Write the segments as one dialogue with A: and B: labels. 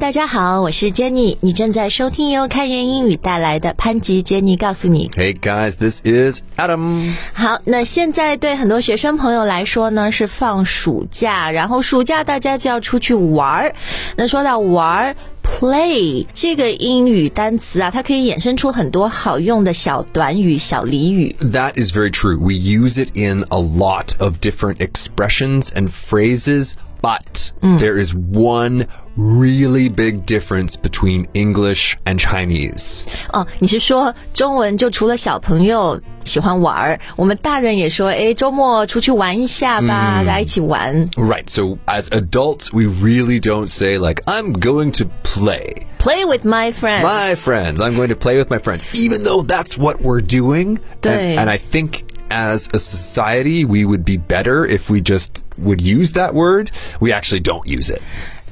A: 大家好，我是 Jenny，你正在收听由开源英语带来的潘吉 Jenny 告诉你。
B: Hey guys, this is Adam.
A: 好，那现在对很多学生朋友来说呢，是放暑假，然后暑假大家就要出去玩儿。那说到玩儿。Play 这个英语单词啊，它可以衍生出很多好用的小短语、小俚语。
B: That is very true. We use it in a lot of different expressions and phrases, but there is one really big difference between English and Chinese.
A: 哦，你是说中文就除了小朋友喜欢玩儿，我们大人也说，哎，周末出去玩一下吧，大家一起玩
B: Right, so as adults, we really don't say, like, I'm going to play.
A: ，Play with my friends。
B: My friends, I'm going to play with my friends, even though that's what we're doing. And,
A: 对。
B: and I think as a society, we would be better if we just would use that word. We actually don't use it.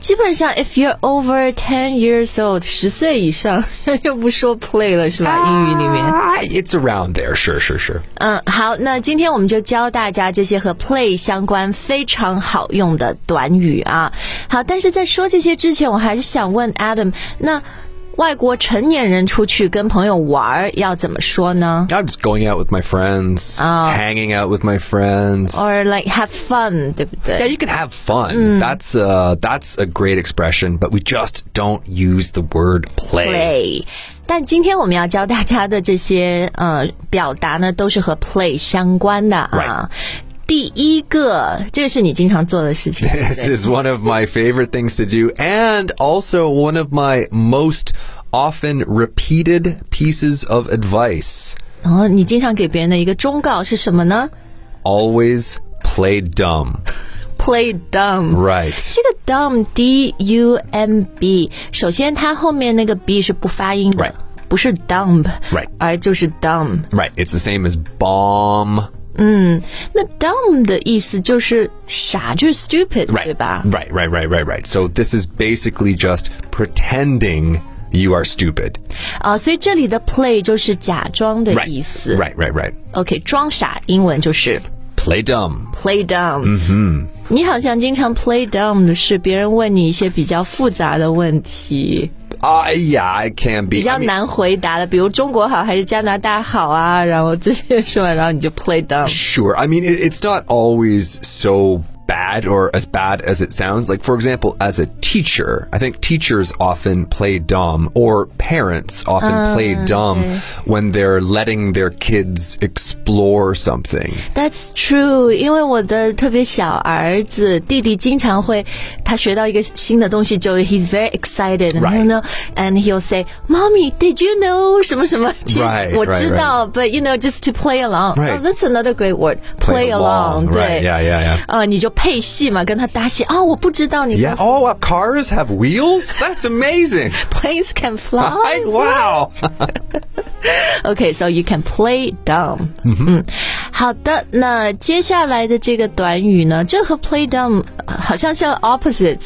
A: 基本上，if you're over ten years old，十岁以上 就不说 play 了，是吧？英语里面，
B: Ah, it's around there. Sure, sure, sure.
A: 嗯，好，那今天我们就教大家这些和 play 相关非常好用的短语啊。好，但是在说这些之前，我还是想问 Adam，那外国成年人出去跟朋友玩儿要怎么说呢
B: I'm just going out with my friends, hanging out with my friends.
A: ？Or like have fun，对不
B: yeah,
A: 对？
B: you can have fun. That's uh that's a great expression, but we just don't use the word play.
A: play。但今天我们要教大家的这些呃表达呢，都是和 play 相关的啊。第一个，这个是你经常做的事 情。
B: This is one of my favorite things to do and also one of my most often repeated pieces of advice.
A: 然后你经常给别人的一个忠告是什么呢
B: Always play dumb.
A: ？Play dumb。
B: Right.
A: 这个 dumb d u m b，首先它后面那个 b 是不发音的
B: Right
A: 不是 dumb，
B: Right
A: 而就是 dumb。
B: Right. It's the same as bomb.
A: 那 dumb 的意思就是傻，就是 stupid，、
B: Right.
A: 对吧？
B: Right, right, right, right, right. So this is basically just pretending you are stupid.
A: 啊，所以这里的 play 就是假装的
B: Right.
A: 意思。
B: Right, right, right.
A: OK，装傻英文就是
B: Play dumb.
A: play dumb。嗯哼，你好像经常 play dumb 的是别人问你一些比较复杂的问题，
B: Uh, yeah, it can be.
A: 比
B: I
A: 较
B: mean,
A: 难回答的，比如中国好还是加拿大好啊，然后这些是吧？然后你就 play dumb。
B: sure. I mean, it, it's not always so bad or as bad as it sounds. Like, for example, as a teacher, I think teachers often play dumb or parents often
A: Ah,
B: play dumb when they're letting their kids explore something.
A: That's true，因为我的特别小儿子弟弟经常会，他学到一个新的东西就 he's very excited，然后呢，and he'll say, "Mommy, did you know 什么什么？其实
B: Right,
A: 我知道，but you know just to play along.
B: Right.
A: Oh, that's another great word, play along. 对
B: Right. Yeah, yeah, yeah.
A: 呃，你就配戏嘛，跟他搭戏啊！我不知道你
B: Yeah. Oh, uh, cars have wheels? That's amazing.
A: planes can
B: I-
A: fly.
B: wow.
A: OK, so you can play dumb. 嗯，好的。那接下来的这个短语呢，这和 play dumb 呃好像像 opposite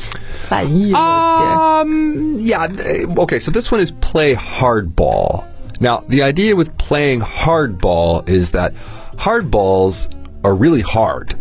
A: 反义
B: 啊
A: 了点。
B: Um, yeah. th- Okay, so this one is play hardball. Now, the idea with playing hardball is that hardballs are really hard.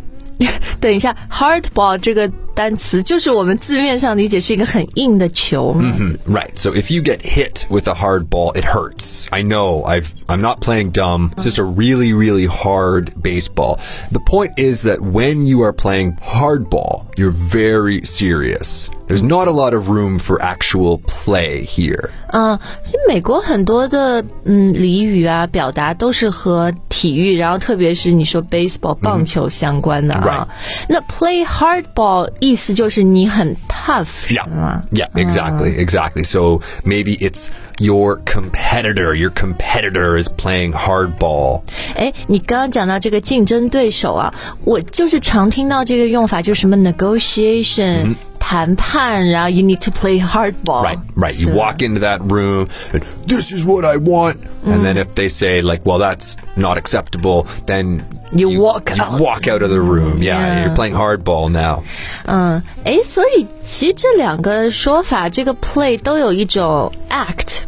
A: 等一下，hardball 这个单词就是我们字面上理解是一个很硬的球嘛。
B: Right. So if you get hit with a hard ball, it hurts. I know. I've I'm not playing dumb. It's just a really really hard baseball. The point is that when you are playing hardball, you're very serious. There's not a lot of room for actual play here.
A: 嗯，其实美国很多的嗯俚语啊，表达都是和体育，然后特别是你说 baseball 棒球相关的啊。那 play hardball 意思就是你很 tough，
B: Yeah.
A: 是吗？
B: Yeah, exactly,
A: uh.
B: exactly. So maybe it's your competitor. Your competitor is playing hardball.
A: 哎，你刚刚讲到这个竞争对手啊，我就是常听到这个用法，就是什么 negotiation、谈判，然后 you need to play hardball。
B: Right, right. You walk into that room and this is what I want. And
A: Mm.
B: then if they say like, well, that's not acceptable, then
A: You walk out. Mm,
B: walk out of the room. Yeah,
A: Yeah.
B: you're playing hardball now.
A: 嗯，哎，所以其实这两个说法，这个 play 都有一种 act。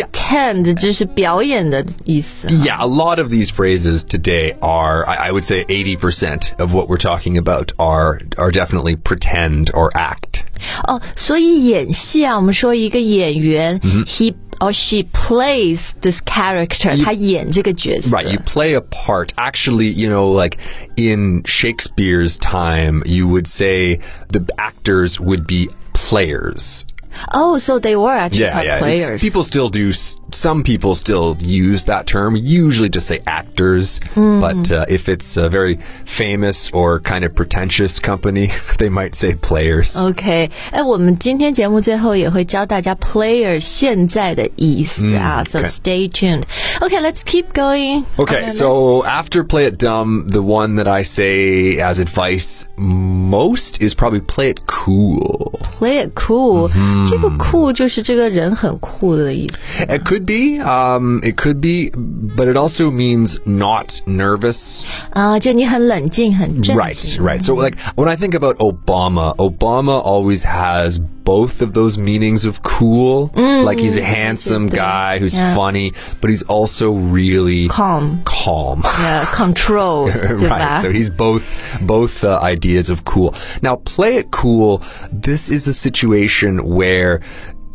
A: pretend 就是表演的意思。
B: Yeah, a lot of these phrases today are, I, I would say, eighty percent of what we're talking about are are definitely pretend or act.
A: 哦，所以演戏啊，我们说一个演员、h e or she plays this character，他演这个角色。
B: Right, you play a part. Actually, you know, like in Shakespeare's time, you would say the actors would be players.
A: Oh, so they were actually
B: Yeah, yeah. it's-
A: players.
B: People still do. s- Some people still use that term. Usually, just say actors. But uh, if it's a very famous or kind of pretentious company, they might say players.
A: OK，哎，我们今天节目最后也会教大家 player 现在的意思啊、s o
B: 嗯 OK
A: stay tuned. OK，let's、keep going.
B: Okay,
A: Okay,
B: so after play it dumb, the one that I say as advice most is probably play it cool.
A: play it cool，、这
B: 嗯
A: 个 cool 就是这个人很酷的意思。
B: It could be, um, it could be, but it also means not nervous.
A: 啊，就你很冷静，很正经。
B: Right, right. So, like, when I think about Obama, Obama always has both of those meanings of cool. Like, Mm. he's a handsome guy who's funny, but he's also really
A: Calm.
B: Calm.
A: Uh, control，对吧
B: right. So he's both both uh, ideas of cool. Now, play it cool. This is a situation where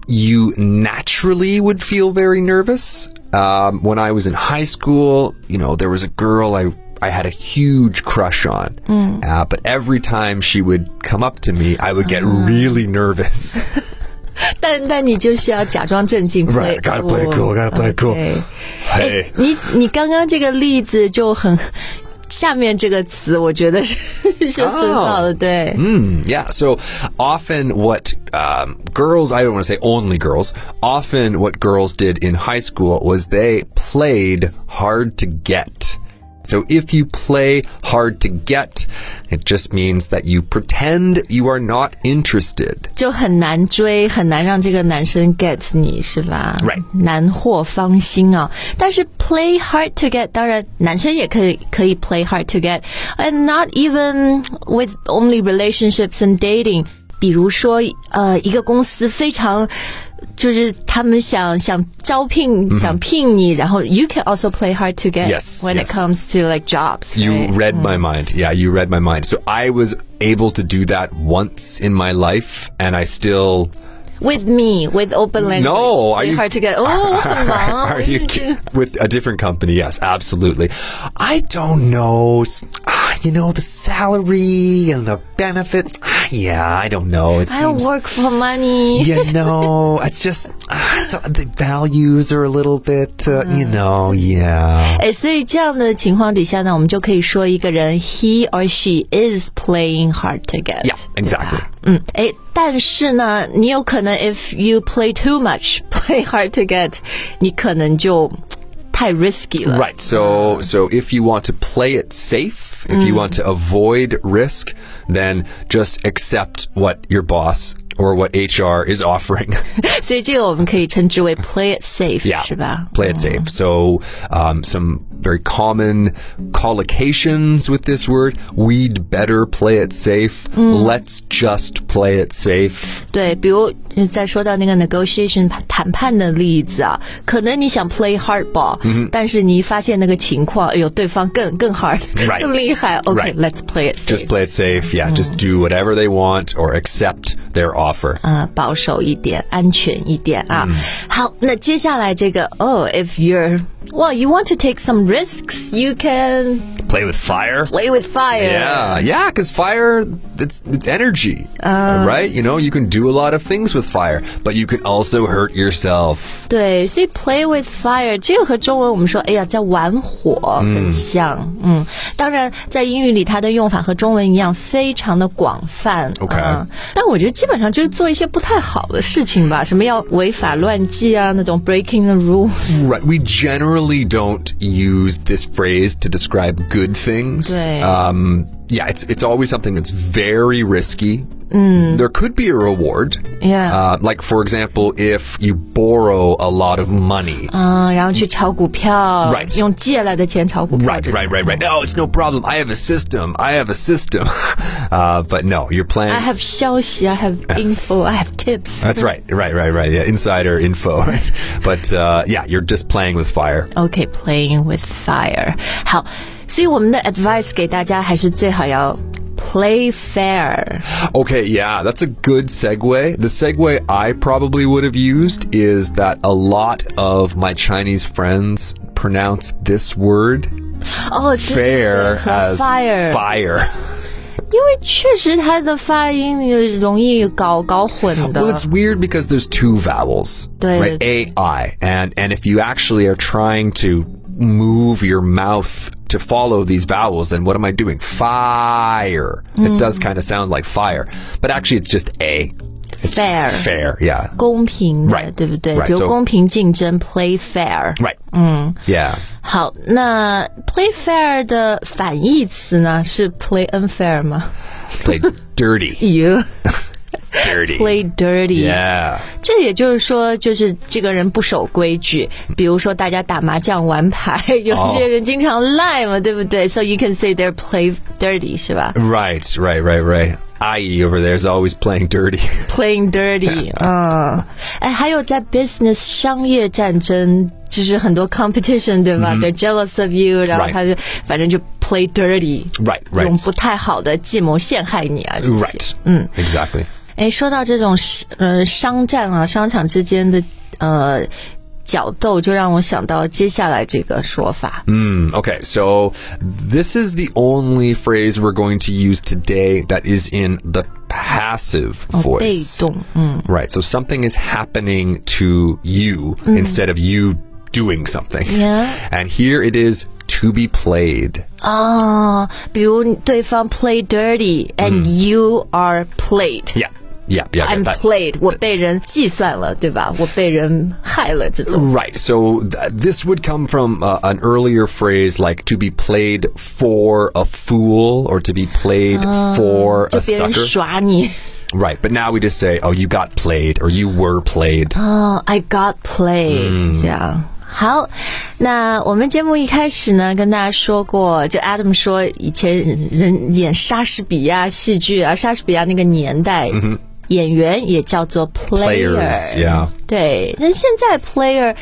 B: you naturally would feel very nervous. Um, when I was in high school, you know, there was a girl I. I had a huge crush on, uh, but every time she would come up to me, I would get really nervous.
A: 但但你就是要假装正经
B: right,
A: ，play
B: I gotta play it cool, I gotta play it cool.
A: OK 哎
B: Hey,
A: 你你刚刚这个例子就很，下面这个词我觉得是 是很好的，对。
B: Mm, yeah. So often, what um, girls, I don't want to say only girls, often what girls did in high school was they played hard to get. So if you play hard to get, it just means that you pretend you are not interested.
A: 就很难追，很难让这个男生 get 你是吧
B: Right
A: 难获芳心啊。但是 play hard to get，当然男生也可以可以 play hard to get，and not even with only relationships and dating。比如说，呃，一个公司非常。就是他们想想招聘、想聘你，然后 you can also play hard to get
B: 嗯 Yes,
A: when
B: yes.
A: it comes to like jobs.
B: You
A: right?
B: read my mind. Yeah, you read my mind. So I was able to do that once in my life, and I still
A: with me with open language.
B: No, are
A: play
B: you-
A: hard to get. 哦，我很忙
B: Are
A: 我
B: you
A: 是
B: kid- with a different company? Yes, absolutely. I don't know. S- ah, You know the salary and the benefits. ah, Yeah, I don't know. It
A: I
B: seems.
A: work for money.
B: You know, it's just ah, it's, the values are a little bit. Uh, You know, yeah.
A: 哎，所以这样的情况底下呢，我们就可以说一个人 he or she is playing hard to get。
B: Yeah, exactly.
A: 嗯，哎，但是呢，你有可能 if you play too much, play hard to get，你可能就太 risky 了。
B: Right. So so if you want to play it safe, if you want to avoid risk, then just accept what your boss or what HR is offering.
A: 所以这个我们可以称之为 play it safe，
B: Yeah.
A: 是吧？
B: Play it safe. So, um, some very common collocations with this word. We'd better play it safe.
A: Mm.
B: Let's just play it safe.
A: 对，比如呃再说到那个 negotiation 谈判的例子啊，可能你想 play hardball，、但
B: 嗯
A: 是你发现那个情况，哎呦，对方更更 hard，
B: Right.
A: 更厉害。
B: Right.
A: OK，let's、play it safe，Mm.
B: Just play it safe. Yeah, just do whatever they want or accept their offer.
A: 呃，保守一点，安全一点啊。
B: 嗯
A: 好，那接下来这个哦、i f you're well, you want to take some risks, you can
B: Play with fire.
A: play with fire.
B: Yeah, yeah, because fire, it's, it's energy,
A: Uh.
B: right? You know, you can do a lot of things with fire, but you can also hurt yourself.
A: 对，所以 play with fire 这个和中文我们说，哎呀，在玩火很像。嗯当然，在英语里它的用法和中文一样，非常的广泛。
B: OK
A: 嗯但我觉得基本上就是做一些不太好的事情吧，什么要违法乱纪啊，那种 breaking the rules。
B: Right. We generally don't use this phrase to describe good things.
A: Right.
B: Um, yeah, it's it's always something that's very risky. There could be a reward.
A: Mm. Yeah.
B: Uh, like for example, if you borrow a lot of money.
A: 嗯，然后去炒股票
B: Right
A: 用借来的钱炒股票。
B: Right, right, right, right. Oh, it's no problem. I have a system. I have a system. Uh, but no, you're playing.
A: I have 消息，I have info, I have tips.
B: That's right, right, right, right. Yeah, insider info. Right? But uh, yeah, you're just playing with fire.
A: OK, playing with fire. 好，所以我们的 advice 给大家还是最好要 play fair.
B: Okay, yeah, that's a good segue. The segue I probably would have used is that a lot of my Chinese friends pronounce this word
A: Oh,
B: fair as
A: fire，
B: fire.
A: 因为确实它的发音也容易搞搞混的。
B: Well, it's weird because there's two vowels,
A: Right.
B: right? A I, and and if you actually are trying to move your mouth to follow these vowels, then what am I doing? Fire.
A: Hmm.
B: It does kind of sound like fire, but actually it's just a
A: fair
B: fair. Yeah,
A: 公平的
B: Right.
A: 对不对
B: Right.
A: 比如
B: So-
A: 公平竞争 play fair。
B: right.
A: Mm.
B: Yeah.
A: 好，那 play fair 的反义词呢是 play unfair 吗
B: Play dirty,
A: ？You
B: dirty.
A: play dirty。
B: yeah.
A: 这也就是说，就是这个人不守规矩。比如说，大家打麻将玩牌，有些人经常赖嘛，对不对？So you can say they're play dirty 是吧
B: Right. Right. Right. Right. IE over there is always playing dirty.
A: ？Playing dirty，嗯，哎，还有在 business 商业战争，就是很多 competition 对吧、They're jealous of you，然后
B: Right
A: 他就反正就 play dirty，
B: right.
A: 用
B: Right.
A: 不太好的计谋陷害你啊，这些
B: Right.
A: Mm.
B: Exactly.
A: 哎，说到这种是呃商战啊，商场之间的呃角斗，就让我想到接下来这个说法。
B: Mm, okay, so this is the only phrase we're going to use today that is in the passive
A: 被
B: voice.
A: 动，嗯，
B: Right, so something is happening to you instead of you doing something.
A: Mm. Yeah.
B: And here it is to be played.
A: 哦，比如对方 play dirty and you are played。
B: 嗯 Yeah, yeah, yeah. yeah,
A: I'm
B: that-
A: played，我被人计算了，对吧？我被人害了，这种
B: Right, so th- this would come from uh, an earlier phrase like to be played for a fool or to be played for
A: 就
B: a
A: 别人
B: 呃 sucker.
A: 耍你。
B: Right, but now we just say, oh, you got played or you were played.
A: 哦、i got played，、这
B: 嗯
A: 样。好，那我们节目一开始呢，跟大家说过，就 Adam 说以前人演莎士比亚戏剧啊，莎士比亚那个年代。演员也叫做 player，
B: Players, yeah
A: 对。那现在 player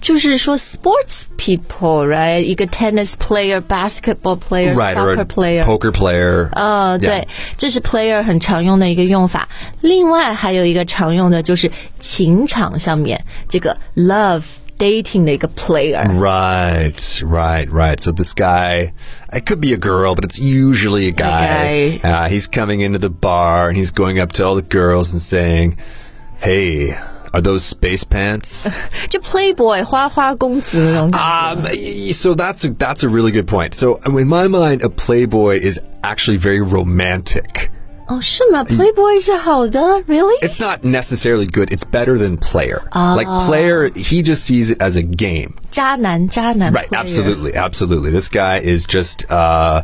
A: 就是说 sports people，right？一个 tennis player，basketball
B: right, or
A: player，soccer
B: a
A: player，Ah.
B: poker player.
A: 呃，对，这是 player 很常用的一个用法。另外还有一个常用的就是情场上面这个 love dating 的一个
B: 嗯
A: player。
B: right, right, right. So this guy, it could be a girl, but it's usually a guy.
A: guy.
B: Uh, he's coming into the bar and he's going up to all the girls and saying, "Hey, are those space pants?"
A: 就 playboy 花花公子那种感觉。
B: um, y- so that's a, that's a really good point. So uh, in my mind, a playboy is actually very romantic.
A: 哦，是吗？playboy 是好的，really？
B: 嗯 It's not necessarily good. It's better than player. Like player, he just sees it as a game.
A: 渣男，渣男 player。
B: Right, absolutely, absolutely. This guy is just uh,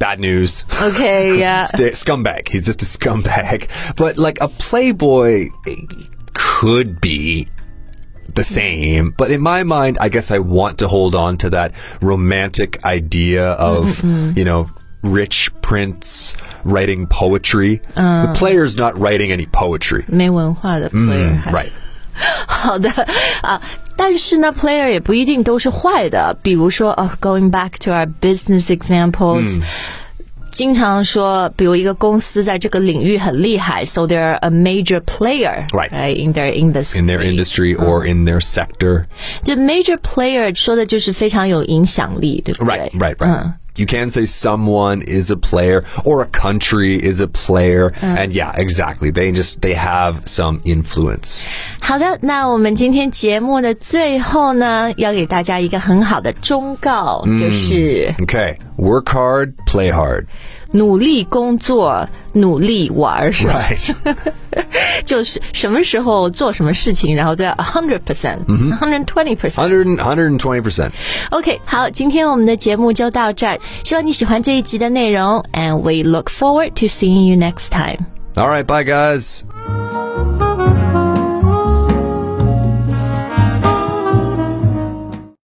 B: bad news.
A: OK 呀、
B: Sta- scumbag. He's just a scumbag. But like a playboy eh, could be the same. But in my mind, I guess I want to hold on to that romantic idea of, you know, rich prince writing poetry. The player's not writing any poetry.
A: 没文化的
B: 嗯
A: player 还
B: Right.
A: 好的啊。但是呢，player 也不一定都是坏的。比如说，啊、g o i n g back to our business examples，、经常说，比如一个公司在这个领域很厉害，so they're a major player
B: Right.
A: in their industry。
B: In their industry or in their sector.
A: 就 major player 说的就是非常有影响力，对不对
B: Right, Uh-huh. right, right. You can say someone is a player or a country is a player. And yeah, exactly. They just they have some influence.
A: 好的，那我们今天节目的最后呢，要给大家一个很好的忠告，
B: 嗯
A: 就是。
B: Okay. Work hard, play hard.
A: 努力工作，努力玩儿，是吧
B: Right.
A: 就是什么时候做什么事情，然后都要 hundred percent，hundred twenty percent。
B: 100 120%.
A: OK，好，今天我们的节目就到这儿，希望你喜欢这一集的内容，and we look forward to seeing you next time。
B: All right, bye guys.